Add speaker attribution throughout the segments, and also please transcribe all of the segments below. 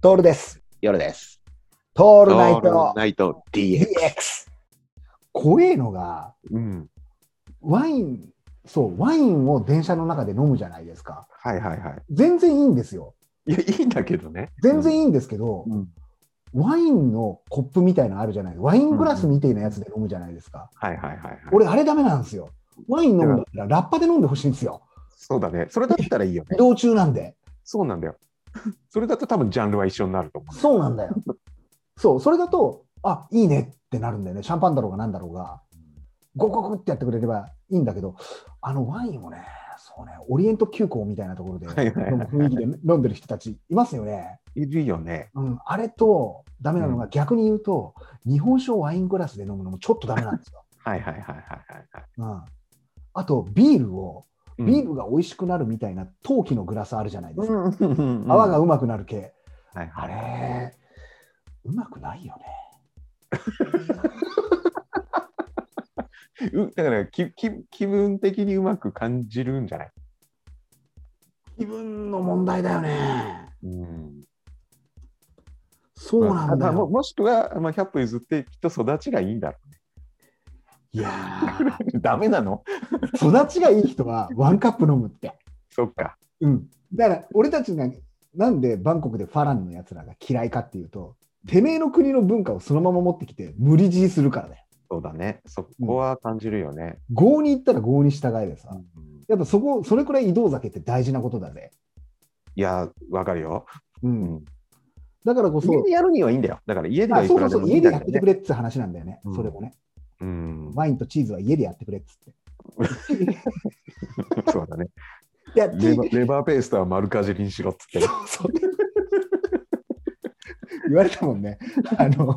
Speaker 1: トールです。
Speaker 2: 夜です。
Speaker 1: ト
Speaker 2: オ
Speaker 1: ールナイト
Speaker 2: ナイト DX。
Speaker 1: DX。怖えのが、
Speaker 2: うん。
Speaker 1: ワイン、そう、ワインを電車の中で飲むじゃないですか。
Speaker 2: はいはいは
Speaker 1: 全然いいんですよ。
Speaker 2: い。いや、いいんだけどね。
Speaker 1: 全然
Speaker 2: いい。
Speaker 1: いいんですけど、
Speaker 2: うん
Speaker 1: ワインのコップみたいなのあるじゃないワイングラスみたいなやつで飲むじゃないですか。
Speaker 2: はいはいはいはい。
Speaker 1: 俺、あれダメなんですよ。ワイン飲むんだったらラッパで飲んでほしいんですよ。
Speaker 2: そうだね。それだったらいいよ
Speaker 1: 移
Speaker 2: ね。
Speaker 1: 動中なんで。
Speaker 2: そうなんだ よ。それだと多分ジャンルは一緒になると思
Speaker 1: そうなんだよ。そう、それだと、あいいねってなるんだよね。シャンパンだろうがなんだろうが、ゴクゴクってやってくれればいいんだけど、あのワインをね、そうね、オリエント急行みたいなところで、
Speaker 2: はいはいはい
Speaker 1: 飲む雰囲気で飲んでる人たちいますよね。
Speaker 2: う。いるよね。
Speaker 1: うん、あれとダメなのが、逆に言うと、日本酒をワイングラスで飲むのもちょっとダメなん ですよ。
Speaker 2: はいはいはいはいはいはい。
Speaker 1: うん、あと、ビールを、
Speaker 2: うん
Speaker 1: ビールが美味しくなるみたいな陶器のグラスあるじゃないで
Speaker 2: う
Speaker 1: すか。
Speaker 2: んうんうんうん。
Speaker 1: 泡がうまくなる系。
Speaker 2: はいは
Speaker 1: あ
Speaker 2: い。
Speaker 1: れ、うまくないよね。
Speaker 2: うだからきき気分的にうまく感じるんじゃない、
Speaker 1: 気分の問題だよね。
Speaker 2: うん、
Speaker 1: そうなんだ
Speaker 2: まあたも
Speaker 1: よ。
Speaker 2: もしくは、まあ、100歩譲ってきっと育ちがいいんだろ
Speaker 1: いやー、
Speaker 2: うダメなの
Speaker 1: 育ちがいい人はワンカップ飲むって。
Speaker 2: そっか
Speaker 1: うん。だから、俺たちが、なんでバンコクでファランのやつらが嫌いかっていうと、てめえの国の文化をそのまま持ってきて無理強いするからだよ。
Speaker 2: そうだねそこは感じるよね、
Speaker 1: 郷に行ったら郷に従えでさ
Speaker 2: う。ん
Speaker 1: やっぱそこ、それくらい移動酒って大事なことだぜ。
Speaker 2: いやわかるよ、
Speaker 1: う。
Speaker 2: うん
Speaker 1: だからこそ、
Speaker 2: 家でやるにはいいんだよだから家では
Speaker 1: あ
Speaker 2: い
Speaker 1: そ
Speaker 2: く
Speaker 1: うそ
Speaker 2: ら
Speaker 1: うそ
Speaker 2: でも
Speaker 1: う、
Speaker 2: いい
Speaker 1: 家
Speaker 2: ん
Speaker 1: で
Speaker 2: だ
Speaker 1: やっ
Speaker 2: け
Speaker 1: て
Speaker 2: ど
Speaker 1: て
Speaker 2: ね
Speaker 1: くれって話なんだよね。
Speaker 2: うん
Speaker 1: それもね。
Speaker 2: うん、
Speaker 1: ワインとチーズは家でやってくれっつって。
Speaker 2: そうだね
Speaker 1: やって
Speaker 2: レバレバーペーストは丸かじりにしろっつってね
Speaker 1: そう言われたもん ね。あの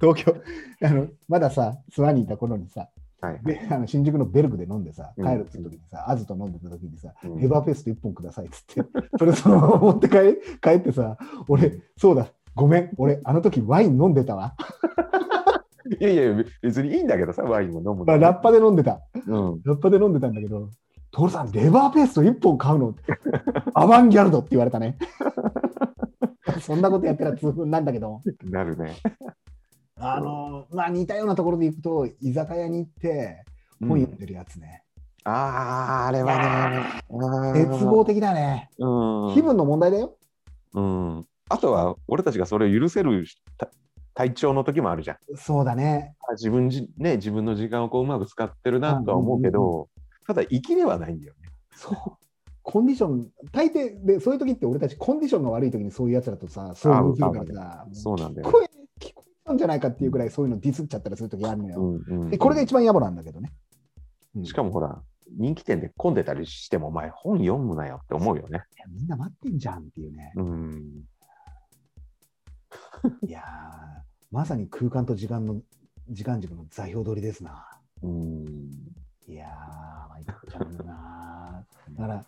Speaker 1: 東京あの、まださ、諏訪にいた頃にさ、
Speaker 2: はい
Speaker 1: であの新宿のベルクで飲んでさ、
Speaker 2: うん
Speaker 1: 帰るって時にさ、アズと飲んでた時にさ、
Speaker 2: うん
Speaker 1: レバーペースト1本くださいっつって、それそのまま持って帰帰ってさ、俺、そうだ、ごめん、俺、あの時ワイン飲んでたわ。
Speaker 2: いやいや別にいいんだけどさワインも飲むの
Speaker 1: まあ、ラッパで飲んでた。
Speaker 2: うん、
Speaker 1: ラッパで飲んでたんだけど、トさん、レバーペースト1本買う のアバンギャルドって言われたね。 そんなことやったら痛風になんだけど。
Speaker 2: なるね
Speaker 1: あのまあ似たようなところで行くと居酒屋に行って本読んでるやつね、
Speaker 2: あああれはね
Speaker 1: 絶望的だね
Speaker 2: 望
Speaker 1: 気分の問題だよ
Speaker 2: うん、あとは俺たちがそれを許せるた体調の時もあるじゃん。
Speaker 1: そうだね
Speaker 2: あ自分じね、自分の時間をこううまく使ってるなとは思うけ
Speaker 1: うんう
Speaker 2: ど、ただ生きれはないんだよね。
Speaker 1: そうコンディション大抵でそういう時って俺たちコンディションが悪い時にそういうやつらとさそういうするからさ
Speaker 2: そうなんだ
Speaker 1: 聞
Speaker 2: よ。
Speaker 1: こえ聞こえたんじゃないかっていうくらいそういうのディスっちゃったりする時あるの
Speaker 2: う
Speaker 1: よ、
Speaker 2: んうん、
Speaker 1: でこれが一番野暮なんだけどね、うん
Speaker 2: しかもほら、人気店で混んでたりしても、お前本読むなよって思うよね。
Speaker 1: いやみんな待ってんじゃんっていうね
Speaker 2: うん、
Speaker 1: いやーまさに空間と時間の時間軸の座標通りですな
Speaker 2: うん、
Speaker 1: いやー、参っちゃうなー。だから、